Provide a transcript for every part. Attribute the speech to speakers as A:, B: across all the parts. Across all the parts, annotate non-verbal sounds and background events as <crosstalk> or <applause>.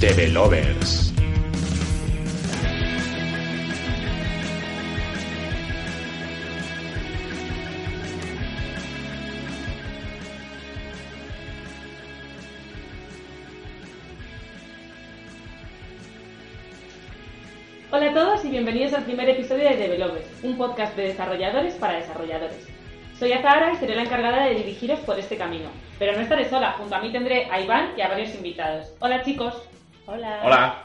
A: TV Lovers.
B: Hola a todos y bienvenidos al primer episodio de Developers, un podcast de desarrolladores para desarrolladores. Soy Azahara y seré la encargada de dirigiros por este camino, pero no estaré sola, junto a mí tendré a Iván y a varios invitados. Hola chicos. Hola.
A: Hola.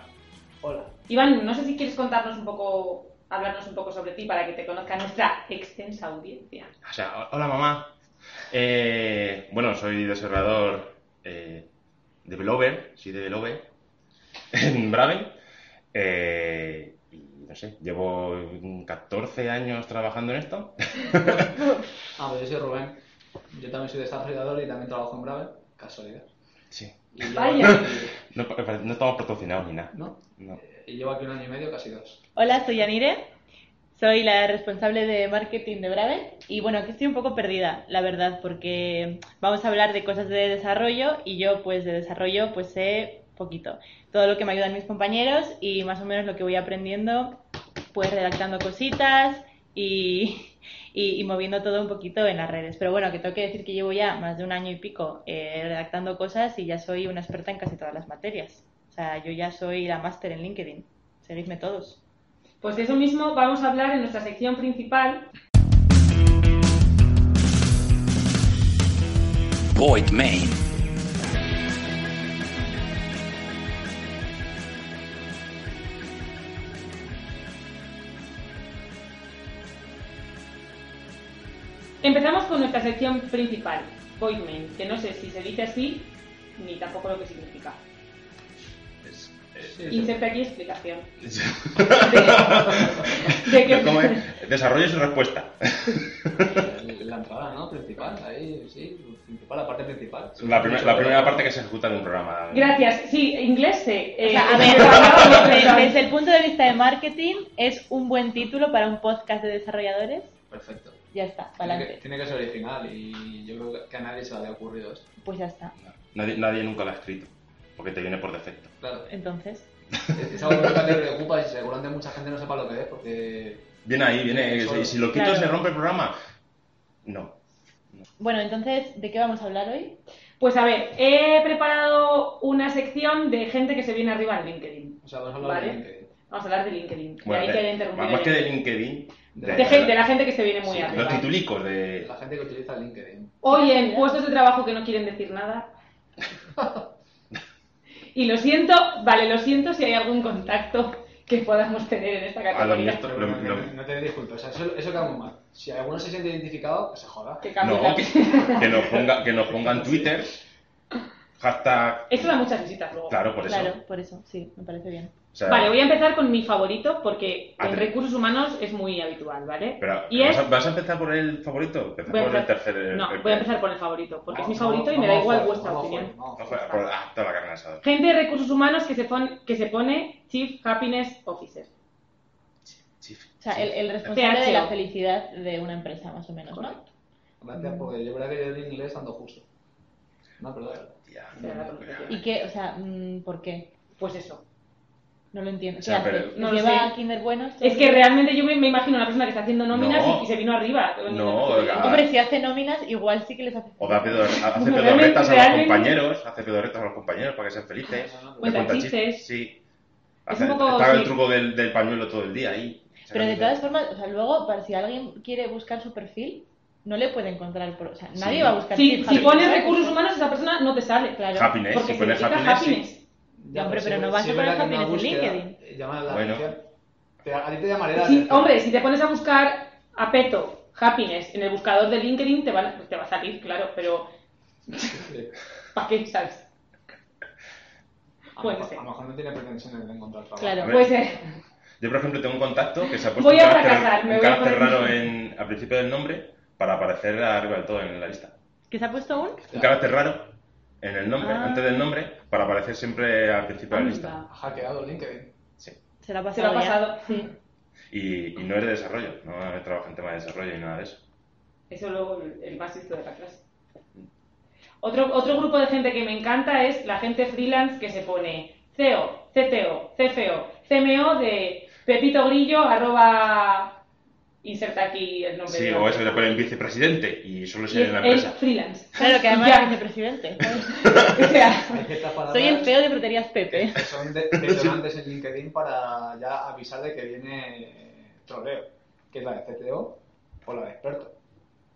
C: Hola.
B: Iván, no sé si quieres contarnos un poco, hablarnos un poco sobre ti para que te conozca nuestra extensa audiencia.
A: O sea, hola mamá. Eh, bueno, soy desarrollador eh, developer, soy developer <laughs> en Braven. Eh, y no sé, llevo 14 años trabajando en esto. <laughs>
C: Ah, pues yo soy Rubén. Yo también soy desarrollador y también trabajo en Brave. Casualidad.
A: Sí.
C: Y llevo-
B: Vaya.
A: No, pa- pa- no estamos patrocinados ni nada.
C: ¿No?
A: No.
C: Y llevo aquí un año y medio, casi dos.
D: Hola, soy Yanire. Soy la responsable de marketing de Brave. Y bueno, aquí estoy un poco perdida, la verdad, porque vamos a hablar de cosas de desarrollo y yo, pues, de desarrollo, pues sé poquito. Todo lo que me ayudan mis compañeros y más o menos lo que voy aprendiendo, pues redactando cositas y, <laughs> y- y moviendo todo un poquito en las redes. Pero bueno, que tengo que decir que llevo ya más de un año y pico eh, redactando cosas y ya soy una experta en casi todas las materias. O sea, yo ya soy la máster en LinkedIn. Seguidme todos.
B: Pues de eso mismo vamos a hablar en nuestra sección principal.
E: Void Main.
B: Empezamos con nuestra sección principal, Voidman, que no sé si se dice así ni tampoco lo que significa.
A: Es-
B: Inserta aquí explicación.
A: es-
B: ¿De <laughs> qué?
A: ¿Cómo es? Desarrollo su respuesta.
C: La entrada, ¿no? Principal, ahí, sí. Principal, la parte principal.
A: La, primer- la primera parte que se ejecuta de un programa.
B: Gracias. Sí, inglés sé.
D: O
B: eh, <laughs>
D: sea, a
A: <laughs>
D: ver, <laughs> desde, desde el punto de vista de marketing, es un buen título para un podcast de desarrolladores.
C: Perfecto.
D: Ya está,
C: Tiene
D: para
C: que,
D: adelante.
C: tiene que ser original y yo creo que a nadie se le había ocurrido esto.
D: Pues ya está.
A: Nadie, nadie nunca la ha escrito. Porque te viene por defecto.
C: Claro.
D: Entonces,
C: Es es algo que a nadie le preocupa y seguramente mucha gente no sepa lo que es porque...
A: Viene ahí, viene. eh, Si, si lo quito,
D: Claro.
A: se rompe el programa. No.
D: bueno, entonces, ¿de qué vamos a hablar hoy?
B: Pues a ver, he preparado una sección de gente que se viene arriba en LinkedIn.
C: O sea, vamos a hablar
B: Vale.
C: de LinkedIn.
B: Vamos a hablar de LinkedIn.
A: Bueno,
B: de ahí
A: de-
B: que haya interrumpido
A: más que de
B: bien.
A: LinkedIn.
B: de, gente- de la gente que se viene muy
C: Sí,
B: arriba.
A: Los titulicos de.
C: La gente que utiliza LinkedIn.
B: Oye, en puestos de trabajo que no quieren decir
A: <laughs>
B: nada. Y lo siento, vale, lo siento si hay algún contacto que podamos tener en esta
A: A los
B: categoría.
A: nuestros.
C: Pero
A: Lo-
C: bueno,
A: lo-
C: no, no te disculpes, o sea, eso, eso queda muy mal. Si alguno se siente identificado, que se joda.
B: Que cambie
A: No,
B: la-
A: que, que nos ponga, que nos pongan Twitter. Hashtag.
B: Esto da muchas visitas luego.
A: Claro, por eso.
D: Claro, por eso, sí, me parece bien.
A: O sea,
B: Vale, voy a empezar con mi favorito porque en
A: Atre-
B: recursos humanos es muy habitual, ¿vale?
A: Pero,
B: y
A: ¿vas,
B: es-
A: a, vas a empezar por el favorito? Empezar
B: voy a
A: por el
B: empezar-
A: tercer. el-
B: No,
A: el-
B: voy a empezar por el favorito, porque es mi
C: Vamos,
B: favorito y
C: vamos
B: me da
C: a
B: igual
C: joder,
B: vuestra
C: vamos a
B: opinión.
C: joder, vamos a
A: No,
C: joder.
A: fue- por- ah, toda la carne asada.
B: Gente de recursos humanos que se, pon- que se pone Chief Happiness Officer.
D: O sea, el, el responsable
B: PHO.
D: de la felicidad de una empresa, más o menos, ¿no?
B: Correcto.
C: Gracias, porque yo verdad que yo el inglés ando justo. No, perdón.
A: Hostia,
B: Será la
A: no,
B: profesión.
D: ¿Y qué? O sea, mm, ¿por qué?
B: Pues eso.
D: No lo entiendo.
A: O
D: ¿Qué
A: sea,
D: hace?
A: pero-
D: ¿Les
B: No lo
D: lleva
B: sé.
D: a Kinder Buenos?
B: Es que realmente yo me, me imagino una persona que está haciendo nóminas
A: No.
B: y, y se vino arriba.
A: No, oiga.
D: Hombre, si hace nóminas, igual sí que les hace...
A: O da pedo-
B: <laughs>
A: hace
B: Realmente-
A: pedoretas a los
B: realmente-
A: compañeros, hace pedoretas a los compañeros para que sean felices.
C: Cuenta
A: Le
B: chistes. Es
A: Sí. Hace-
B: un poco-
A: estaba el
B: sí.
A: truco del, del pañuelo todo el día ahí.
D: Pero de
A: sacándote-
D: todas formas, o sea, luego, para si alguien quiere buscar su perfil, no le puede encontrar. Por, o sea, nadie
A: Sí.
D: va a buscar.
B: Si,
D: Steve
B: si
D: Harvey,
B: pones
D: ¿sabes?
B: recursos humanos, esa persona no te sale.
D: Claro.
A: Happiness,
B: Porque
A: si pones
B: significa
A: happiness, sí.
B: happiness.
D: Ya, hombre,
C: pues
D: pero no vas a poner happiness en LinkedIn.
C: eh, Llama la
A: Bueno.
C: atención. Te- a ti te llamaré la
B: Sí,
C: atención.
B: hombre, si te pones a buscar pues apeto, happiness, en el buscador de LinkedIn, te, van, te va a salir, claro, pero
C: Sí.
B: ¿Para qué
A: <laughs>
B: sabes?
C: A,
B: Puede
C: mejor-
B: ser.
C: a lo mejor no tiene pretensiones de encontrar trabajo.
D: Claro.
A: A ver.
B: Puede ser.
A: Yo, por ejemplo, tengo un contacto que se ha puesto
B: Voy
A: un
B: a
A: carácter,
B: fracasar, me
A: un
B: voy a
A: carácter
B: poner-
A: raro en, al principio del nombre para aparecer arriba del todo en la lista.
D: ¿Que se ha puesto un?
A: Un carácter raro en el nombre,
D: Ah.
A: antes del nombre, para aparecer siempre al principio de la lista.
B: Anda.
C: Ha hackeado LinkedIn.
A: Sí.
D: Se lo ha
B: Se lo
D: pasado.
B: ha
D: ya.
B: pasado.
A: Y, y no es de desarrollo, no trabajo en tema de desarrollo y nada de eso.
B: Eso luego el- el más listo de la clase. Otro, otro grupo de gente que me encanta es la gente freelance que se pone CEO, CTO, CFO, CMO de Pepito Grillo, arroba, inserta aquí el nombre.
A: Sí,
B: de la
A: o eso le
B: empresa.
A: ponen vicepresidente y solo
B: Y
A: se
B: es
A: en la
B: el
A: empresa.
B: freelance. <laughs>
D: Claro, que además
B: Ya.
D: es <laughs> vicepresidente.
B: O sea,
C: Hay ciertas palabras
D: Soy el feo de fruterías Pepe.
C: que son de- detonantes en LinkedIn para ya avisar de que viene troleo, que es la de CTO o la de experto.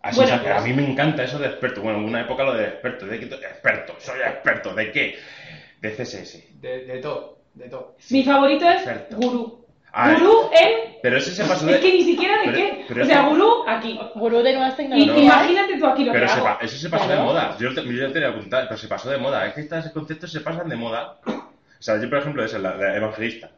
A: Así
B: Bueno,
A: es,
B: pues-
A: a mí me encanta eso de experto. Bueno, en una época lo de experto. ¿De qué to- experto? Soy experto. ¿De qué? De CSS.
C: De, de todo, de todo.
B: mi favorito es
A: Cierto.
B: Gurú.
A: Ah,
B: Gurú en...
A: Pero ese se pasó de...
B: Es que ni siquiera de
A: pero-
B: qué.
A: pero
B: o
A: es
B: sea,
A: que-
B: Gurú aquí.
D: Gurú de nuevas
B: Y
D: tecnologías.
A: No.
B: imagínate tú aquí lo
A: Pero
B: que
A: se
B: hago.
A: pa- eso se pasó
D: Claro.
A: de moda. Yo, te- yo lo tenía apuntado, pero se pasó de moda. Es que estos conceptos se pasan de moda. O sea, yo, por ejemplo, esa, la, la evangelista.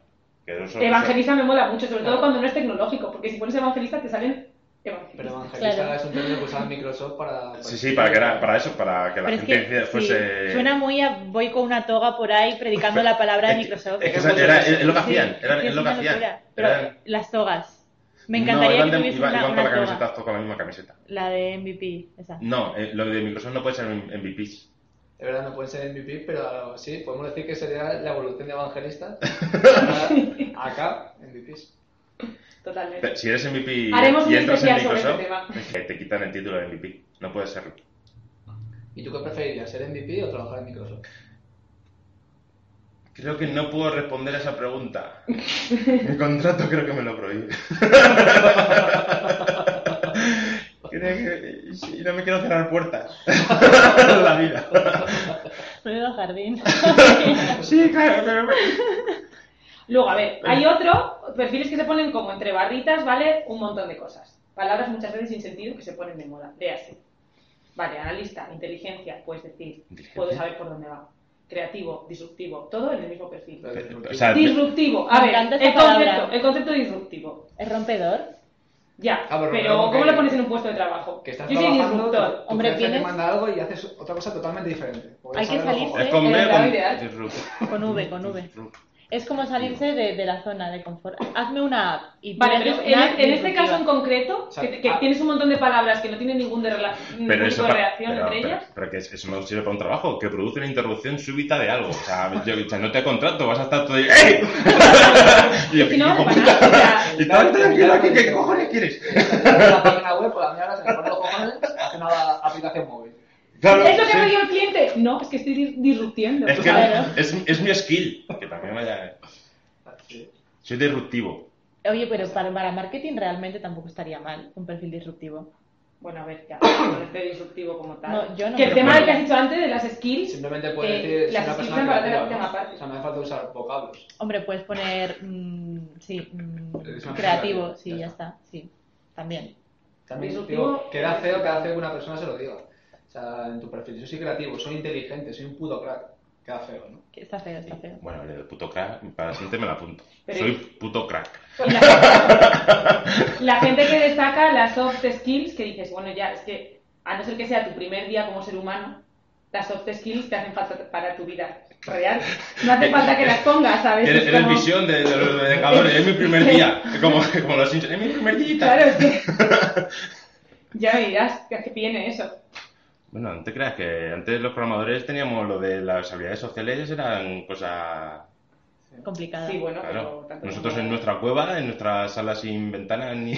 A: Que eso- eso-
B: Evangelista me mola mucho, sobre todo
C: Claro.
B: cuando no es tecnológico, porque si pones evangelista te salen
C: Pero
B: evangelistas.
C: evangelista
D: Claro.
C: es un término que usaba Microsoft para...
A: Sí, sí, para, que era- para eso, para que la
D: Pero es
A: gente
D: que
A: fuese...
D: sí, suena muy a voy con una toga por ahí predicando la palabra de
A: Pues, Es que-
D: Microsoft.
A: Es que esa- era, es lo que hacían.
D: Sí,
A: Era,
D: sí,
A: es lo que
D: una
A: hacían.
D: locura. Pero
A: Eran-
D: las togas. Me
A: no,
D: encantaría
A: iban
D: que
A: de-
D: tuviese
A: iba-
D: una,
A: iban con
D: una
A: la
D: toga.
A: camiseta, todos con la misma camiseta.
D: La de MVP,
A: <laughs>
D: esa.
A: No, eh, lo de Microsoft no puede ser en MVPs.
C: De verdad no pueden ser MVP, pero sí, podemos decir que sería la evolución
A: <laughs>
C: de evangelistas. Ahora, Acá, MVPs.
B: Totalmente.
A: Te- Si eres MVP
B: Haremos
A: y
B: un
A: entras en
B: especial sobre
A: Microsoft,
B: este tema.
A: es que te quitan el título de MVP. No puede serlo.
C: ¿Y tú qué preferirías, ser MVP o trabajar en Microsoft?
A: Creo que no puedo responder a esa pregunta. El contrato creo que me lo prohíbe. <laughs> Creo que sí, no me quiero cerrar puertas. <laughs> La vida.
D: Menudo
A: <laughs>
D: jardín.
A: Sí, claro, pero...
B: Luego, a
C: Eh.
B: ver, hay otro, perfiles que se ponen como entre barritas, ¿vale? Un montón de cosas. Palabras muchas veces sin sentido que se ponen de moda. Véase. Vale, analista, inteligencia, puedes decir,
A: Inteligencia.
B: puedo saber por dónde va. Creativo, disruptivo, todo en el mismo perfil.
A: O sea,
B: Disruptivo, a
D: Me
B: ver,
D: encanta esa
B: el concepto,
D: palabra.
B: el concepto disruptivo.
D: ¿Es rompedor?
B: Ya,
C: Ah, pero
B: pero
C: luego
B: ¿cómo
C: que-
B: lo pones en un puesto de trabajo?
C: que estás
B: Yo soy
C: trabajando,
B: disruptor.
C: tu
D: Hombre,
C: jefe
D: tienes-
C: te manda algo y haces otra cosa totalmente diferente. Porque
D: Hay que
C: sabes lo
D: salirse.
A: Es
C: <laughs> mejor.
A: con B
B: El
A: o con...
B: ideal.
A: disrupt-
D: Con V, con V. Es como salirse de, de la zona de confort. Hazme una app. Y tú
B: Vale,
D: haces
B: pero en,
D: una
B: en
D: app
B: este
D: disruptiva.
B: caso en concreto,
C: O sea,
B: que, que
C: ah.
B: tienes un montón de palabras que no tienen ningún de rela- ningún
A: Pero
B: tipo
A: eso,
B: de
A: pa-
B: relación
A: pero-
B: entre
A: pero-
B: ellas.
A: pero que eso no sirve para un trabajo, que produce una interrupción súbita de algo. O sea, yo, o sea, no te contrato, vas a estar todo ahí,
B: <laughs>
A: ¡Ey! y yo,
B: Si no,
A: "Hijo
B: no pasa
A: puta".
B: nada, o
C: <laughs>
B: sea,
A: <laughs> Y tal, tranquilo aquí, ¿qué cojones quieres?
C: la página web, pues, por la mañana se me ponen los cojones, hacen una aplicación móvil.
A: Claro,
B: ¿Es lo que
A: sí.
B: me dio el cliente? No, es que estoy dis- <laughs> disruptiendo.
A: Es
B: pues,
A: que
B: a ver.
A: es, es mi skill, que también vaya...
C: Sí.
A: Soy disruptivo.
D: Oye, pero para, para marketing realmente tampoco estaría mal un perfil disruptivo.
B: Bueno, a <coughs> ver, ya, no estoy disruptivo como tal.
D: No, yo no.
B: que el
A: Pero
B: tema
A: bueno.
B: que has dicho antes de las skills,
C: Simplemente puede
B: Eh,
C: decir si
B: las
C: una
B: skills
C: persona
B: para
C: creativa,
B: hacer la
C: ¿no?
B: parte.
C: O sea, no hace falta usar vocablos.
D: Hombre, puedes poner. mm, sí, mm,
C: Es más
D: creativo.
C: creativo,
D: Sí,
C: ya
D: ya
C: está.
D: está. Sí, también.
C: También,
B: Disruptivo.
C: digo, queda feo, queda feo que una persona se lo diga. O sea, en tu perfil, yo soy creativo, soy inteligente, soy un puto crack. Queda feo, ¿no?
D: Que Está feo, está feo.
A: Bueno, el puto crack, para la siguiente me la apunto.
B: Pero-
A: Soy puto crack.
B: y la-
A: <laughs>
B: la gente que destaca las soft skills, que dices, bueno, ya, es que a no ser que sea tu primer día como ser humano, las soft skills te hacen falta para tu vida real. No hace falta que las pongas, ¿sabes?
A: Eres,
B: Es
A: eres
B: como-
A: visión de, de los Vengadores, es mi primer día. Como, <laughs> como los hinchas, es mi primer día.
B: Claro, es
A: <laughs>
B: que. ya me dirás que, que viene eso.
A: Bueno, no te creas que antes los programadores teníamos lo de las habilidades sociales, eran cosas...
D: Complicado.
B: Sí, bueno,
A: Claro,
B: pero tanto
A: nosotros
B: como-
A: en nuestra cueva, en nuestra sala sin ventanas ni...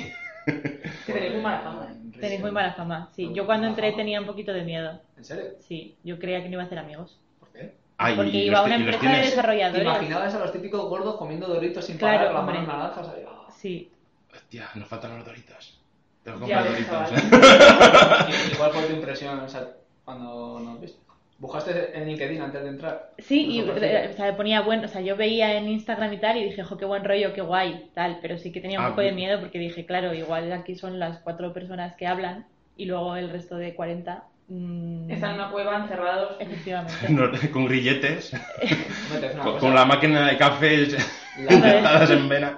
B: Que tenéis muy mala fama. ¿eh?
D: Tenéis muy mala fama. Sí, yo cuando entré tenía un poquito de miedo.
C: ¿En serio?
D: Sí, yo creía que no iba a hacer amigos.
C: ¿Por qué?
A: Ah, y-
D: Porque
A: y
D: iba
A: los
D: a una
A: ti- y los
D: empresa de
A: tienes-
D: desarrolladores.
C: Imaginabas a los típicos gordos comiendo doritos sin
D: Claro,
C: parar, con las
D: hombre.
C: manos naranjas ahí. ah.
D: Sí,
A: Hostia, nos faltan los doritos. Tengo que
B: Ya
A: comprar
B: ves,
A: doritos. ¿eh?
B: chaval.
C: Igual por tu impresión, o sea, cuando nos viste. ¿Buscaste en LinkedIn antes de entrar?
D: sí, y eh,
C: Eso
D: o
C: parece.
D: sea, ponía bueno, o sea, yo veía en Instagram y tal y dije, jo, qué buen rollo, qué guay, tal, pero sí que tenía un
A: Ah,
D: poco de
C: mm.
A: bien.
D: miedo porque dije, claro, igual aquí son las cuatro personas que hablan y luego el resto de 40 mm,
B: Están en una cueva encerrados.
D: Efectivamente.
A: <laughs>
C: <laughs>
A: No, con grilletes,
C: Hombre, te hace una
A: con,
C: cosa.
A: con <laughs> la máquina de café
B: <laughs>
C: La-
A: injertadas en vena.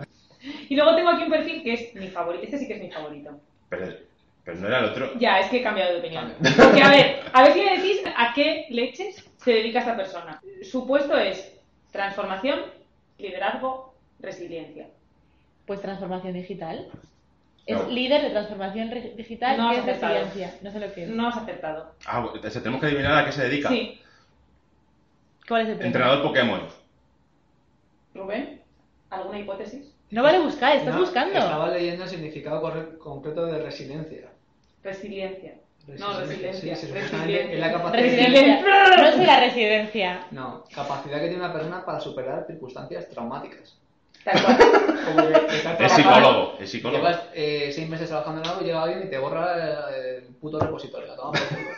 B: Y luego tengo aquí un perfil que es mi favorito. Este sí que es mi favorito.
A: Pero, pero no era el otro.
B: Ya, es que he cambiado de opinión. Porque, a ver, a ver si me decís a qué leches se dedica esta persona. Su puesto es transformación, liderazgo, resiliencia.
D: Pues transformación digital. Es
A: No.
D: líder de transformación re- digital
B: No
D: que
B: has
D: es
B: acertado.
D: resiliencia. No sé lo que es.
B: No has acertado.
A: Ah, bueno, o sea, tenemos que adivinar a qué se dedica.
B: Sí.
D: ¿Cuál es el premio?
A: Entrenador Pokémon.
B: Rubén, ¿alguna hipótesis?
D: No vale buscar, estás
C: No,
D: buscando.
C: Estaba leyendo el significado corre- concreto de resiliencia.
B: Resiliencia. No,
C: Sí,
B: resiliencia.
C: sí, supuestamente es la
B: Resiliencia.
C: capacidad.
B: <laughs>
D: Residencia. No sé la residencia.
C: No, capacidad que tiene una persona para superar circunstancias traumáticas.
B: Tal cual.
C: Como
A: <laughs>
C: que estás
A: Es
C: trabajando,
A: psicólogo, es psicólogo.
C: Llevas eh, seis meses trabajando en algo, llega alguien y te borra eh, el puto repositorio. la toma por culo.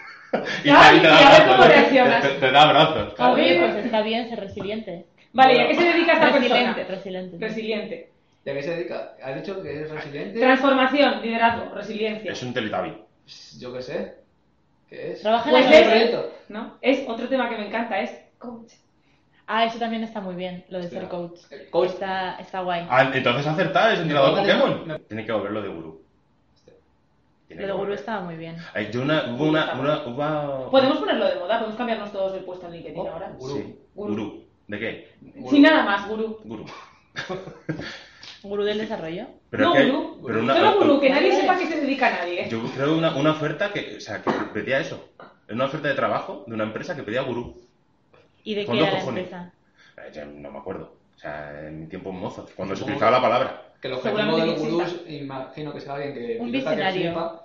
A: Y, ahí
B: y
A: te
B: a
A: da
B: ver
A: abrazos.
B: cómo
A: te-
B: reaccionas.
A: Te, te da abrazos.
C: Claro.
D: Oye, pues está bien ser resiliente.
B: Vale, ¿y a qué se dedica esta
D: Resiliente,
B: persona?
D: resiliente.
B: Resiliente.
C: ¿Y a qué se dedica? ¿Has dicho que es resiliente?
B: Transformación, liderazgo, resiliencia.
A: Es un teletabi.
C: Yo qué sé. ¿Qué es?
D: Trabaja en
B: Pues
D: algo de
B: es-
D: proyecto.
B: ¿No? Es otro tema que me encanta, es coach.
D: Ah, eso también está muy bien, lo de ser
C: Claro.
D: coach.
C: Eh, coach.
D: Está, está guay.
A: Ah, entonces acertar es entrenador
C: Me pongo
A: Pokémon.
C: de- me-
A: Tiene que volver lo de Guru.
B: Este.
A: Tiene que
D: Lo de gurú
A: volver.
D: estaba muy bien.
A: Ay, yo una, hubo una, una, hubo-
B: Podemos ponerlo de moda, podemos cambiarnos todos el puesto en LinkedIn
C: Oh,
B: ahora.
C: Gurú.
A: Sí.
B: Gurú.
A: Gurú. ¿De qué?
C: Gurú.
B: Sin nada más, gurú.
A: Gurú.
D: Gurú del desarrollo.
B: no,
A: es que-
B: gurú.
A: pero una-
B: Solo gurú, que nadie
D: Vale.
B: sepa que se dedica a nadie. ¿eh?
A: Yo creo una, una oferta que, o sea, que pedía eso. Era una oferta de trabajo de una empresa que pedía gurú.
D: ¿Y de
A: Con
D: qué
A: dos
D: era la
A: cojones.
D: empresa?
A: Eh, ya no me acuerdo. O sea, en mi tiempo mozo, cuando se
C: Supongo
A: utilizaba la
C: que-
A: palabra.
C: Que el objetivo
B: Seguramente que
C: del gurú,
B: exista.
C: imagino que sea alguien que pilota,
D: Un
C: que
D: visionario.
C: flipa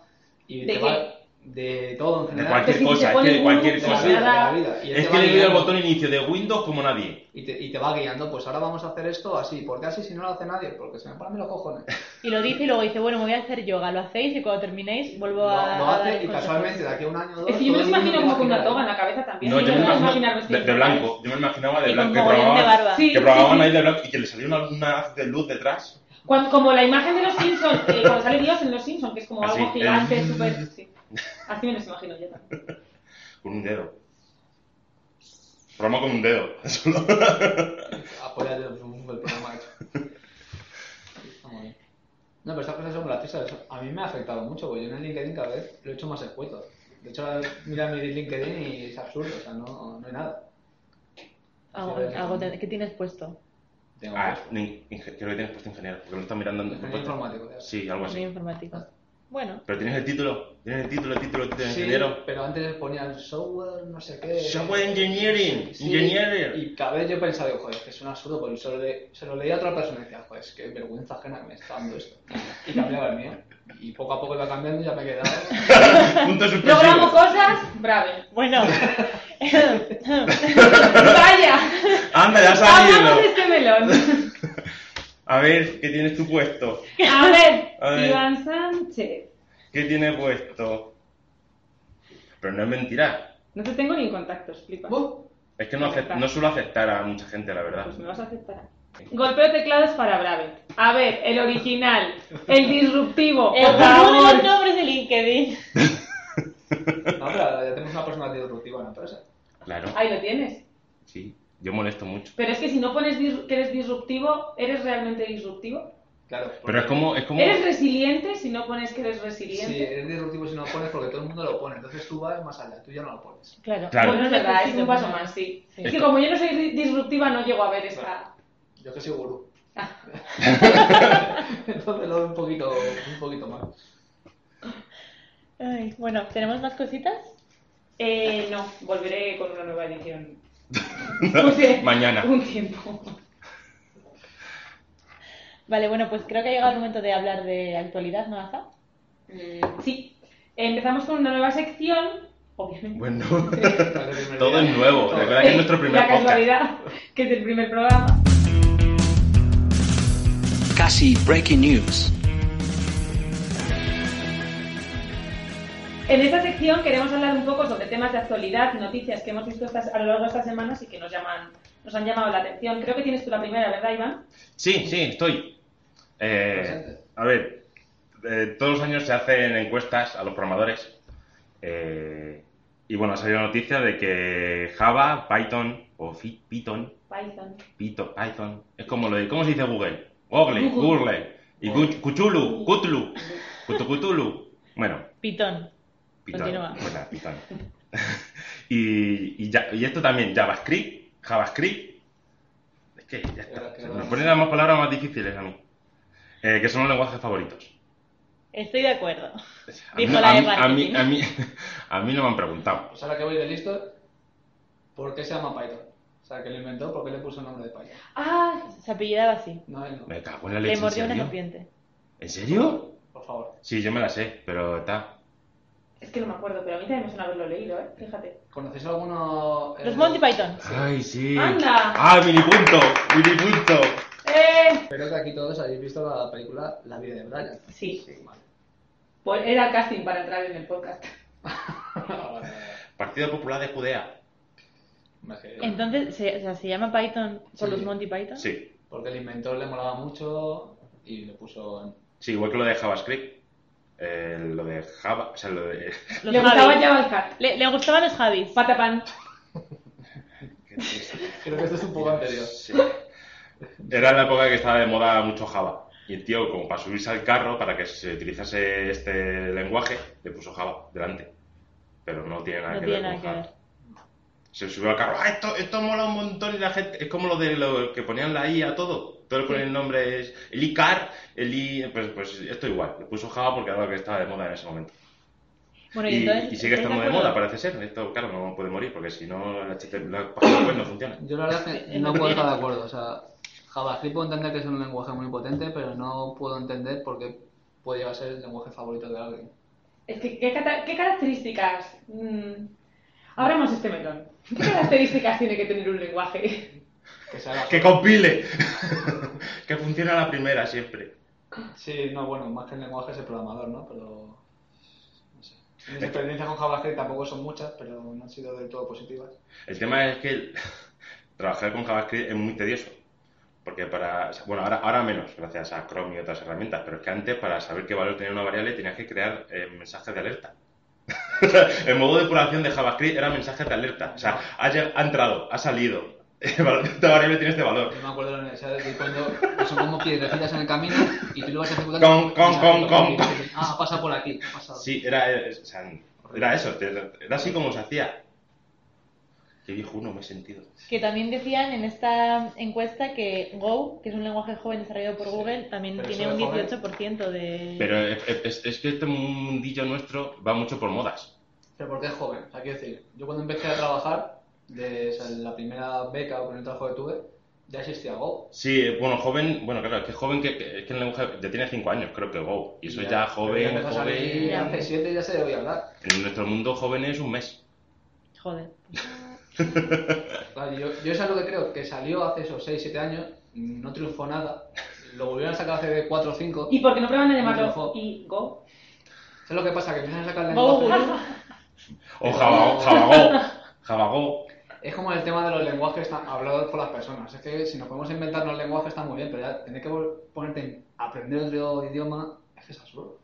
C: y
B: ¿De
C: te
B: qué?
C: va de todo en
A: De
C: general.
A: cualquier
B: si se
A: cosa, es
B: pone
A: que de cualquier
C: De
B: gurú, pues
C: la
A: cosa.
C: vida, de la
B: nada.
C: vida. Y
A: Es
C: él te
A: que
C: va
A: le doy al
C: guiando.
A: botón inicio de Windows como nadie.
C: Y te, y te va guiando, pues ahora vamos a hacer esto así. ¿Por qué así si no lo hace nadie? Porque se me paran de los cojones.
D: Y lo dice y luego dice, bueno, me voy a hacer yoga, lo hacéis y cuando terminéis vuelvo
C: Lo,
D: a...
C: lo
D: a dar
C: hace y
D: consejos.
C: casualmente de aquí a un año o dos.
B: pues Es que yo me
C: todo
B: los
C: el mundo
B: imagino como con
C: empieza
B: una
C: a girar.
B: toga en la cabeza también.
A: No,
B: Sí,
A: yo me
B: me puedo
A: imagino
B: imaginar
A: de,
B: vestidos
A: de
B: iguales.
A: blanco. Yo me imaginaba de
D: Y con
A: blanco. Que
D: mogollón de
A: programaban,
D: barba.
B: Sí,
A: que
B: sí,
A: programaban
B: sí.
A: ahí de blanco y que le salía una, una haz de luz detrás.
B: Cuando- como la imagen de los Simpsons, eh, cuando sale Dios en los Simpsons, que es como
A: Así,
B: algo gigante,
A: eh. <laughs>
B: súper... sí. Así me los imagino yo también.
A: Con un dedo. Programa con un dedo. <laughs> Solo.
C: Apóyate el, el programa hecho. Está muy bien. No, pero estas cosas son graciosas. A mí me ha afectado mucho, porque yo en el LinkedIn cada vez lo he hecho más escueto. De hecho, ahora mira mi LinkedIn y es absurdo, o sea, no, no hay nada.
D: Algo, algo te- ¿Qué tienes puesto?
C: Tengo
A: Ah,
C: puesto.
A: ni- inge- creo que tienes puesto ingeniero, porque lo estás mirando en
C: Ingeniero informático, ya.
A: Pues Sí, Ah. algo
D: Bien
A: así.
D: informático. Bueno,
B: <laughs>
A: Pero tienes el título, tienes el título, el título, el título de
C: Sí,
A: ingeniero.
C: pero antes ponían software, no sé qué.
A: Software engineering,
C: Sí,
A: engineering.
C: Y cada vez yo pensaba, digo, joder, es que es un absurdo, porque se lo, le- se lo leía a otra persona y decía, joder, es que vergüenza ajena que me está dando esto. Y cambiaba el mío. Y poco a poco iba cambiando y ya me
A: <laughs>
C: he
B: <laughs>
C: quedado.
A: Punto
B: Programo
A: suspensivo.
B: cosas,
A: <laughs>
B: brave.
D: bueno. Eh,
B: ¡Vaya!
A: Anda, ya ha
B: Hablamos de
A: salido.
B: este melón.
A: A ver, ¿qué tienes tú puesto?
B: A ver,
A: A ver.
B: Iván Sánchez.
A: ¿Qué tienes puesto? Pero no es mentira.
B: No te tengo ni en contactos, flipa.
C: ¡Buf!
A: Es que no, acep- no suelo aceptar a mucha gente, la verdad.
B: Pues me vas a aceptar. Golpeo teclados para Brave. A ver, el original, el disruptivo,
D: <laughs> El
B: por
D: gurú de los
B: favor.
D: nombres de LinkedIn.
C: No, pero ya tenemos una persona disruptiva en la empresa.
A: Claro,
B: Ahí lo tienes.
A: sí. Yo molesto mucho.
B: Pero es que si no pones dis- que eres disruptivo, ¿eres realmente disruptivo?
C: Claro.
A: Pero es como, es como,
B: ¿Eres
A: <laughs>
B: resiliente si no pones que eres
C: Si
B: resiliente?
C: eres disruptivo si no lo pones, porque todo el mundo lo pone. Entonces tú vas más allá, tú ya no lo pones.
D: Claro.
A: Claro.
B: Bueno, es verdad, es un paso
D: Sí.
B: más, sí.
D: Sí.
B: Es que como yo no soy di- disruptiva, no llego a ver esta...
C: Yo que soy
D: <laughs>
C: gurú. Entonces lo veo un poquito, un poquito mal.
D: Ay, bueno, ¿tenemos más cositas?
B: Eh, no, volveré con una nueva edición. Puse
A: Mañana.
B: Un tiempo.
D: Vale, bueno, pues creo que ha llegado el momento de hablar de actualidad, ¿no, Aza?
B: Mm, Sí. Empezamos con una nueva sección, obviamente. <laughs>
A: Bueno,
C: Claro, es primer
A: todo
C: día.
A: es nuevo.
C: Todo.
A: Recuerda que es nuestro primer
B: La
A: podcast.
B: casualidad, que es el primer programa.
E: Casi Breaking News.
B: En esta sección queremos hablar un poco sobre temas de actualidad, noticias que hemos visto estas- a lo largo de estas semanas y que nos llaman, nos han llamado la atención. Creo que tienes tú la primera, ¿verdad, Iván?
A: Sí, sí, estoy. Eh,
C: Presente.
A: a ver, eh, todos los años se hacen encuestas a los programadores eh, Y bueno, ha salido la noticia de que Java, Python o Fi- Python,
B: Python.
A: Pito, Python, es como lo de, ¿cómo se dice Google? Google,
B: Google.
A: Google, y Gu- Cuchulu, Cutlu, Cutucutulu. Bueno,
D: Pitón.
A: Python.
D: Continúa.
A: Pues nada, Python. <laughs> y, y ya- y esto también, JavaScript, JavaScript. Es que ya está. Se me ponen las más palabras más difíciles a mí. Eh, que son los lenguajes favoritos.
D: Estoy de acuerdo.
A: A mí,
D: Dijo
A: no-
D: la
A: a
D: de
A: mí- a mí-
D: marketing.
A: a mí- <laughs> a mí no me han preguntado.
C: Pues ahora que voy de listo, ¿por qué se llama Python? O sea, que lo inventó, ¿por qué le puso el nombre de Python?
B: Ah,
D: Se apellidaba así.
C: No, él no.
A: Me cago en la
D: Le
A: leche. ¿En
D: mordió una
A: serio?
D: serpiente.
A: ¿En serio?
C: Por favor.
A: Sí, yo me la sé, pero está.
B: es que no me acuerdo, pero a mí también me suena haberlo leído, ¿eh? Fíjate.
C: ¿Conocéis alguno? eh,
D: Los Monty Python.
A: ¡Ay, sí!
B: ¡Anda!
A: ¡Ah, mini punto! ¡Mini punto!
B: ¡Eh!
C: Espero que aquí todos hayáis visto la película La vida de Brian.
B: Sí.
C: vale. <laughs>
B: Pues era casting para entrar en el podcast.
C: Ah,
A: Partido Popular de Judea.
C: Más que-
D: Entonces, ¿se, o sea, ¿se llama Python por
C: Sí.
D: los Monty Python?
A: Sí.
C: Porque el inventor le molaba mucho y le puso en-
A: Sí, igual que lo de JavaScript. Eh, lo de Java. O sea, lo de. <laughs>
D: Los
B: Le
D: Javis.
B: gustaba Java
D: Le, le gustaban los Javis.
B: Patapán.
C: Creo que esto es un poco anterior.
A: Sí. Era la época que estaba de moda mucho Java. Y el tío, como para subirse al carro, para que se utilizase este lenguaje, le puso Java delante. Pero no tiene nada
D: No
A: que
D: tiene
A: ver
D: nada
A: con
D: que
A: Java.
D: ver.
A: Se subió al carro. ¡Ah, esto, esto mola un montón! Y la gente. Es como lo de lo que ponían la I a todo. Todo le ponían nombres. El ICAR, el I. Pues, pues esto igual. Le puso Java porque era lo que estaba de moda en ese momento.
D: Bueno, y,
A: Y,
D: entonces.
A: y sigue
D: ¿estáis
A: estando de
D: acuerdo?
A: moda, parece ser. Esto, claro, no puede morir porque si no, la, HTML la página web no funciona. <laughs>
C: Yo la verdad es que no puedo estar de acuerdo. O sea, JavaScript puedo entender que es un lenguaje muy potente, pero no puedo entender por qué puede llegar a ser el lenguaje favorito de alguien.
B: Es que, ¿qué, cata- qué características? Mm, Abramos este melón. ¿Qué características tiene que tener un lenguaje?
C: Que sea
A: ¡Que compile! <laughs> que funciona la primera siempre.
C: Sí, no, bueno, más que el lenguaje es el programador, ¿no? Pero. No sé. Mis experiencias con JavaScript tampoco son muchas, pero no han sido del todo positivas.
A: El tema es que <laughs> el- trabajar con JavaScript es muy tedioso. Porque para. o sea, Bueno, ahora, ahora menos, gracias a Chrome y otras herramientas. Pero es que antes, para saber qué valor tenía una variable, tenías que crear eh, mensajes de alerta. <laughs> El modo de depuración de JavaScript era mensajes de alerta. O sea, ha, lleg- ha entrado, ha salido. <laughs> Esta variable tiene este valor.
C: Yo me acuerdo de la universidad de <laughs> cuando que son como piedrecitas en el camino y tú lo vas ejecutando.
A: Con, con, con, con, con.
C: Ah, pasa por aquí, ha pasado.
A: Sí, era, eh, o sea, era eso, te- era así como se hacía. Qué viejo uno me he sentido.
D: Que también decían en esta encuesta que Go, que es un lenguaje joven desarrollado por Google, también
C: Pero
D: tiene
C: eso
D: un
C: de joven-
D: 18% de.
A: Pero es, es- es que este mundillo nuestro va mucho por modas.
C: Pero porque es joven, o sea, quiero decir, yo cuando empecé a trabajar, de o sea, la primera beca o primer trabajo que tuve, ya existía Go.
A: Sí, eh, bueno, joven, bueno, claro, es que joven que, que, es que el lenguaje ya tiene 5 años, creo que Go. Y eso ya, joven,
C: empezó a salir
A: joven.
D: Ya.
C: Hace siete ya se debía hablar.
A: En nuestro mundo joven es un mes.
D: Joder.
C: Claro, yo, yo eso es lo que creo, que salió hace esos 6, 7 años, no triunfó nada, lo volvieron a sacar hace 4 o 5.
B: ¿Y por qué no prueban a llamarlo
C: Ojo.
B: y go?
C: ¿Sabes lo que pasa? Que empiezan a sacar
D: Go,
C: lenguajes.
D: gurú.
A: O Java- <laughs> Javago. Javago.
C: Es como el tema de los lenguajes tan- hablados por las personas. Es que si nos podemos inventar los lenguajes está muy bien, pero ya tener que vol- ponerte a aprender otro idioma es que es absurdo.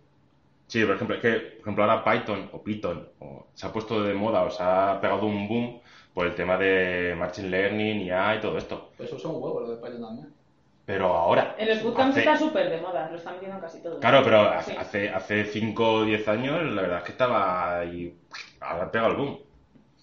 A: Sí, por ejemplo, es que, por ejemplo, ahora Python o Python o- se ha puesto de moda o se ha pegado un boom por el tema de Machine Learning, IA y todo esto.
C: Pues eso es un huevo lo de Python también.
A: Pero ahora,
B: En los bootcamps
A: hace-
B: está súper de moda, lo están metiendo en casi todo.
A: claro, pero hace,
B: Sí.
A: hace, hace 5 o 10 años la verdad es que estaba ahí, ahora ha pegado el boom.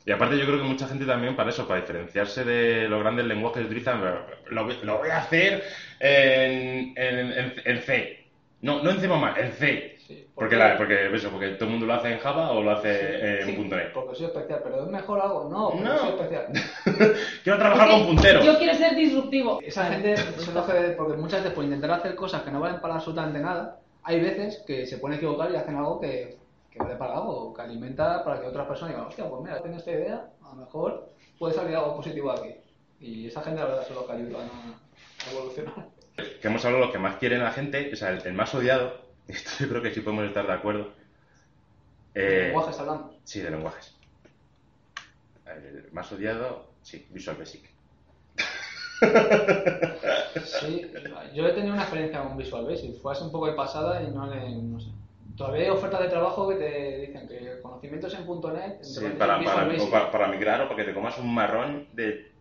A: Y aparte yo creo que mucha gente también para eso, para diferenciarse de los grandes lenguajes que utilizan, lo, voy- lo voy a hacer en, en, en- en C. No, no en C++, en C.
C: Sí,
A: Porque, la, porque, eso, porque todo el mundo lo hace en Java o lo hace en
C: sí,
A: .NET.
C: Porque soy especial, pero es mejor algo. No, porque
A: No.
C: soy especial.
A: Quiero trabajar con punteros.
B: Yo quiero ser disruptivo.
C: Esa gente <laughs> se lo hace porque muchas veces por intentar hacer cosas que no valen para absolutamente nada, hay veces que se pone a equivocar y hacen algo que, que vale para algo, que alimenta para que otras personas digan, hostia, pues mira, tengo esta idea, a lo mejor puede salir algo positivo aquí. Y esa gente, la verdad, son los que ayudan a, a evolucionar.
A: Que hemos hablado de los que más quieren a la gente, o sea, el, el más odiado, <laughs> esto yo creo que sí podemos estar de acuerdo.
C: De
A: Eh,
C: lenguajes hablamos.
A: Sí, de lenguajes. El más odiado, sí, Visual Basic.
C: Sí, yo he tenido una experiencia con Visual Basic, fue hace un poco de pasada y no le, no sé, Todavía hay ofertas de trabajo que te dicen que conocimientos en .NET...
A: Sí,
C: entonces,
A: para,
C: empieza
A: para,
C: Luis,
A: o para, para migrar o para que te comas un marrón de...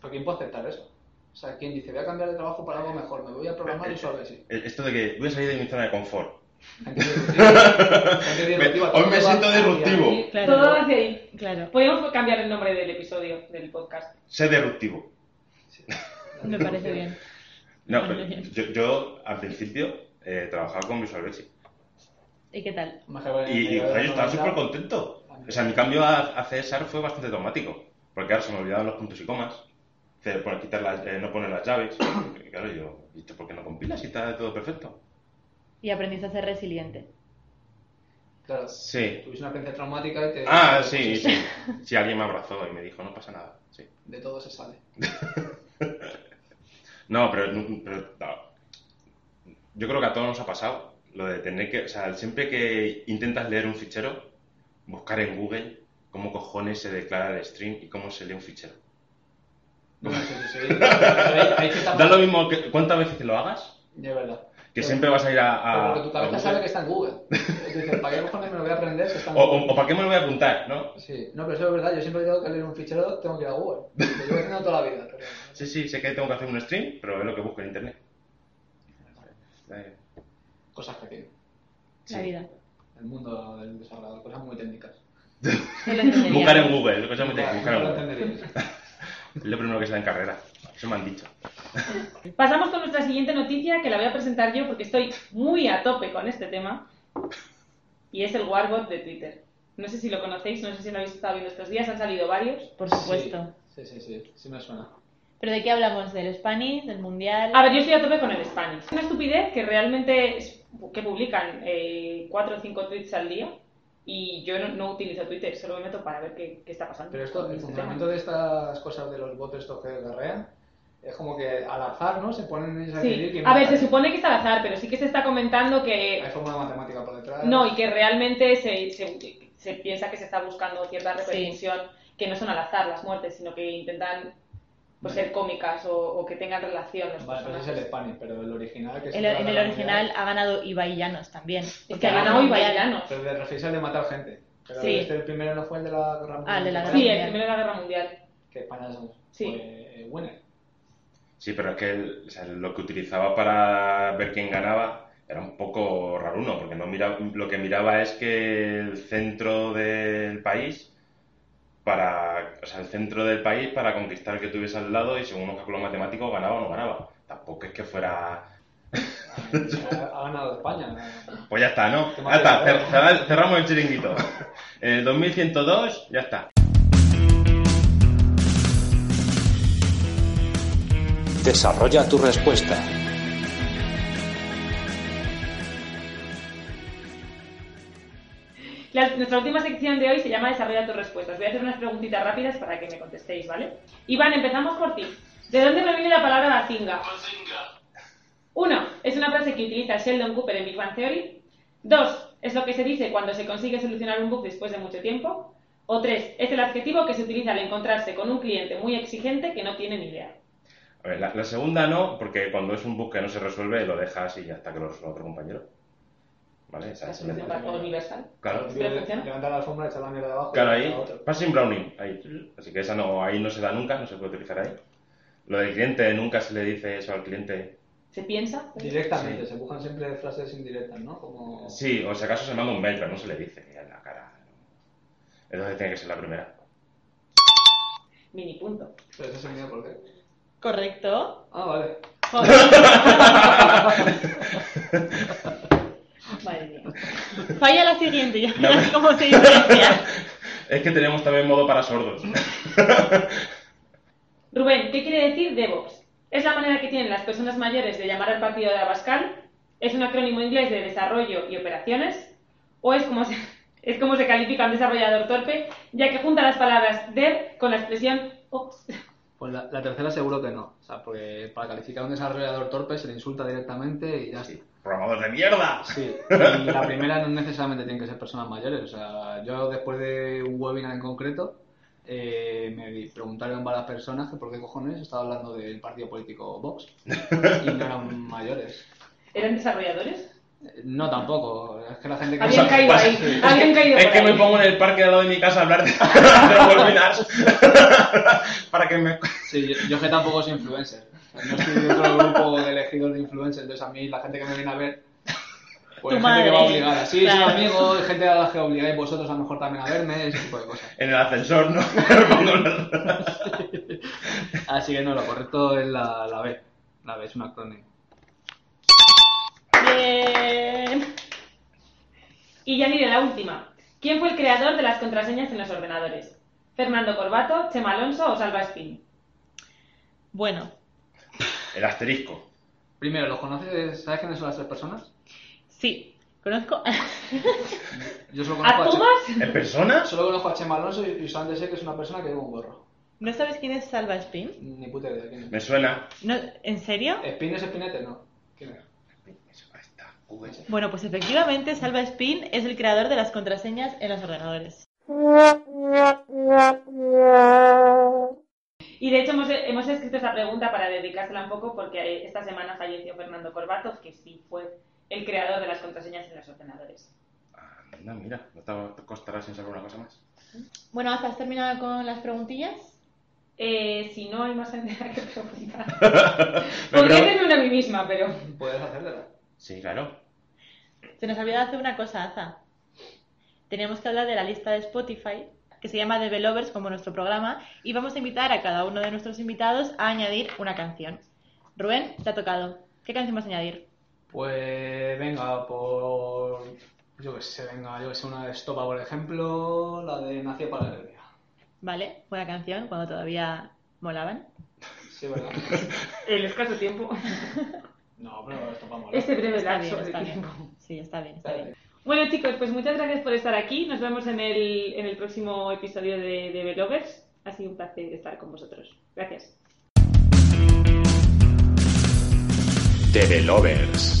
C: ¿Pero quién puede aceptar eso? O sea, quien dice, voy a cambiar de trabajo para algo mejor, me voy
A: <laughs>
C: a programar y solo así.
A: Esto de que voy a salir de mi zona de confort.
C: Gente disruptiva, gente disruptiva,
A: Hoy me
C: todo
A: siento
C: va hacia
A: disruptivo.
C: ahí.
D: Claro.
B: Todo va hacia ahí.
D: Claro,
B: Podríamos cambiar el nombre del episodio, del podcast.
A: Sé disruptivo.
D: me
A: <laughs>
D: parece bien.
A: No,
D: Muy
A: pero
D: bien.
A: yo, yo, al principio eh, trabajaba con Visual Basic
D: ¿Y qué tal?
C: <laughs> Más que ver eh, en
A: y, y,
C: el
A: joder, yo estaba
C: novela,
A: súper contento. O sea, mi cambio a, a CSR fue bastante traumático, porque claro, se me olvidaban los puntos y comas, que, bueno, quitar las- eh, no poner las llaves. <coughs> Y, claro, yo, ¿y esto por qué no compilas si está todo perfecto?
D: Y aprendiste a ser resiliente.
C: Claro,
A: Sí.
C: tuviste una experiencia traumática y te...
A: Ah, sí, sí. Sí, alguien me abrazó y me dijo, no pasa nada. Sí.
C: De todo se
A: <laughs>
C: sale.
A: No, pero, nu- pero, no. yo creo que a todos nos ha pasado lo de tener que, o sea, siempre que intentas leer un fichero, buscar en Google cómo cojones se declara el string y cómo se lee un fichero.
C: No, sí, sí, sí. Hay, hay que
A: Da lo mismo que cuántas veces que lo hagas,
C: De verdad.
A: que
C: Pero-
A: siempre vas a ir a, a-
C: Pero porque tu cabeza
A: a
C: sabe que
A: Google.
C: está en Google. Dices, ¿para qué cojones me lo voy a aprender si está en
A: o,
C: Google?
A: o- o para qué me lo voy a apuntar, ¿no?
C: Sí, no, pero eso es verdad. Yo siempre que tengo que leer un fichero, tengo que ir a Google. Lo llevo haciendo toda la vida. pero-
A: Sí, sí, sé que tengo que hacer un stream, pero es lo que busco en internet. Eh,
C: Cosas que tiene.
D: La
A: Sí.
D: vida.
C: El mundo del desarrollador, cosas muy técnicas.
D: No lo entendería.
A: Buscar en Google, cosa muy técnica,
C: Nunca-
A: buscar en
C: nunca lo
A: Google.
C: entenderías.
A: Es lo primero que sale en carrera. Eso me han dicho.
B: Pasamos con nuestra siguiente noticia, que la voy a presentar yo porque estoy muy a tope con este tema. Y es el Warbot de Twitter. No sé si lo conocéis, no sé si lo habéis estado viendo estos días, han salido varios.
D: <laughs> Por supuesto.
C: Sí, sí, sí, sí, sí me suena.
D: ¿Pero de qué hablamos? ¿Del Spanish? ¿Del Mundial?
B: A ver, yo estoy a tope con el Spanish. Una estupidez que realmente es- que publican eh, cuatro o cinco tweets al día y yo no, no utilizo Twitter, solo me meto para ver qué, qué está pasando.
C: Pero esto,
B: con
C: el
B: este
C: funcionamiento de estas cosas de los bots estos que guerrean, es como que al azar, ¿no? Se ponen ellos a
B: tema.
C: decidir
B: Sí.
C: quién
B: A ver,
C: mata.
B: se supone que es al azar, pero sí que se está comentando que
C: Hay fórmula matemática por detrás.
B: no y que realmente se, se- se piensa que se está buscando cierta repercusión, que no son al azar las muertes, sino que intentan pues,
C: Vale.
B: ser cómicas o, o que tengan relación los
C: Vale, pues ese es
B: personajes.
C: el Spanish, pero el original que se
D: El-
C: trata
D: en el
C: de la
D: original
C: humanidad,
D: ha ganado Ibai Llanos también.
B: Es que ha ganado
D: Mundial.
B: Ibai Llanos.
C: Pero te refieres al de matar gente. Pero
D: Sí.
C: este, el primero no fue el de la guerra mundial.
D: Ah, el de la guerra
B: Sí,
D: mundial.
B: el primero de la guerra mundial.
C: Que España es-
B: Sí.
C: fue eh, winner.
A: Sí, pero es que el- o sea, lo que utilizaba para ver quién ganaba era un poco raruno, porque no mira, lo que miraba es que el centro del país para, o sea, el centro del país para conquistar el que tuviese al lado y según los cálculos matemáticos ganaba o no ganaba. Tampoco es que fuera,
C: Ha, ha ganado España.
A: pues ya está, ¿no?
C: Qué
A: Ya está,
C: maravilla.
A: cer- cerra- cerramos el
C: <laughs>
A: chiringuito. Eh, El 2102, ya está.
E: Desarrolla tu respuesta.
B: La- nuestra última sección de hoy se llama Desarrolla tus respuestas. Voy a hacer unas preguntitas rápidas para que me contestéis, ¿vale? Iván, empezamos por ti. ¿De dónde proviene la palabra bazinga? Uno, es una frase que utiliza Sheldon Cooper en Big Bang Theory. Dos, es lo que se dice cuando se consigue solucionar un bug después de mucho tiempo. O tres, es el adjetivo que se utiliza al encontrarse con un cliente muy exigente que no tiene ni idea.
A: A ver, la, la segunda no, porque cuando es un bug que no se resuelve lo dejas y hasta que lo resuelva otro compañero. ¿Vale? O sea,
B: La
A: se me-
B: solución para todo universal.
A: Claro.
B: ¿Pero funciona?
C: Levantar la alfombra, echar la mierda abajo.
A: Claro,
C: y
A: ahí,
C: a otro.
A: passing Browning, ahí. Así que esa no, ahí no se da nunca, no se puede utilizar ahí. Lo del cliente, nunca se le dice eso al cliente.
B: ¿Se piensa?
C: Directamente,
A: Sí.
C: se buscan siempre frases indirectas, ¿no? Como...
A: Sí, o si acaso se manda un mail, pero no se le dice en la cara. Entonces tiene que ser la primera.
B: Mini punto.
C: Pero eso se mide por qué.
D: Correcto.
C: Ah, vale.
D: <laughs> Madre mía. Falla la siguiente, ya verás cómo se <laughs> diferencia.
A: Es que tenemos también modo para sordos. <laughs>
B: Rubén, ¿qué quiere decir DevOps? Es la manera que tienen las personas mayores de llamar al partido de Abascal. ¿Es un acrónimo inglés de desarrollo y operaciones? ¿O es como se, <laughs> es como se califica un desarrollador torpe, ya que junta las palabras dev con la expresión ops? <laughs>
C: Pues la, la tercera seguro que no. O sea, porque para calificar a un desarrollador torpe se le insulta directamente y ya está.
A: Sí, ¡Programador de mierda!
C: Sí, y la primera no necesariamente tienen que ser personas mayores. O sea, yo después de un webinar en concreto, eh, me di- preguntaron varias personas que por qué cojones estaba hablando del partido político Vox y no eran mayores.
B: ¿Eran desarrolladores?
C: No, tampoco. Es que la gente que...
B: Habían
A: Pasa-
B: caído
A: pasa-
B: ahí. Habían caído
A: Es
B: por
A: que
B: ahí.
A: me pongo en el parque al lado de mi casa a hablar de, <laughs> de webinars. <laughs> para que me...
C: Sí, yo, yo que tampoco soy influencer. O sea, No estoy dentro del grupo de elegidos de influencers, entonces a mí la gente que me viene a ver... Pues
D: Tu
C: hay gente que va
D: madre.
C: obligada. Sí,
D: Claro.
C: son amigos, hay gente a la que obligáis vosotros a lo mejor también a verme, ese tipo de cosas.
A: En el ascensor, ¿no? <laughs> Me pongo en el-
C: Así Ah, que no, lo correcto es la, la B. La B es un acrónimo.
D: Bien.
B: Y ya ni de la última. ¿Quién fue el creador de las contraseñas en los ordenadores? ¿Fernando Corbato, Chema Alonso o Salva Spin?
D: Bueno,
A: El asterisco.
C: Primero, ¿los conoces? ¿Sabes quiénes son las tres personas?
D: sí, conozco. <laughs>
C: Yo solo conozco
B: ¿A
C: a, Chema-
B: Tomás?
A: ¿En personas?
C: solo conozco a Chema Alonso y, y solamente sé que es una persona que lleva un gorro.
D: ¿No sabes quién es Salva Spin?
C: Ni puta idea de quién es.
A: Me suena.
D: No, ¿En serio?
C: ¿Espín es espinete? No. ¿Quién es?
A: Ahí está. Uy,
D: Bueno, pues efectivamente Salva Spin es el creador de las contraseñas en los ordenadores.
B: Y de hecho hemos, hemos escrito esa pregunta para dedicársela un poco porque eh, esta semana falleció Fernando Corbato, que sí fue el creador de las contraseñas en los ordenadores.
A: Anda, Ah, mira. No te- te costará sin saber una cosa más.
D: Bueno, ¿has terminado con las preguntillas?
B: Eh, si no hay más <laughs> gente que preguntar.
A: Me
B: Podría
A: pregun-
B: hacerme una a mí misma,
D: <laughs>
B: pero...
C: ¿Puedes hacértela?
A: Sí, claro.
D: Se nos olvidó hacer una cosa, Aza. Tenemos que hablar de la lista de Spotify, que se llama Developers, como nuestro programa, y vamos a invitar a cada uno de nuestros invitados a añadir una canción. Rubén, te ha tocado. ¿Qué canción vas a añadir?
C: Pues venga, por... Yo qué sé, venga, yo que sé, una de Estopa, por ejemplo, la de Nació para el día.
D: ¿Vale? Buena canción, cuando todavía molaban.
B: <laughs>
C: Sí, ¿verdad?
B: El escaso tiempo.
C: No, pero Estopa mola.
B: Este breve
D: Está
B: lapso
D: bien,
B: de
D: está bien.
B: tiempo.
D: Sí, está bien, está bien.
B: Bueno chicos, pues muchas gracias por estar aquí. Nos vemos en el, en el próximo episodio de, de Belovers. Ha sido un placer estar con vosotros. Gracias.
E: Develovers.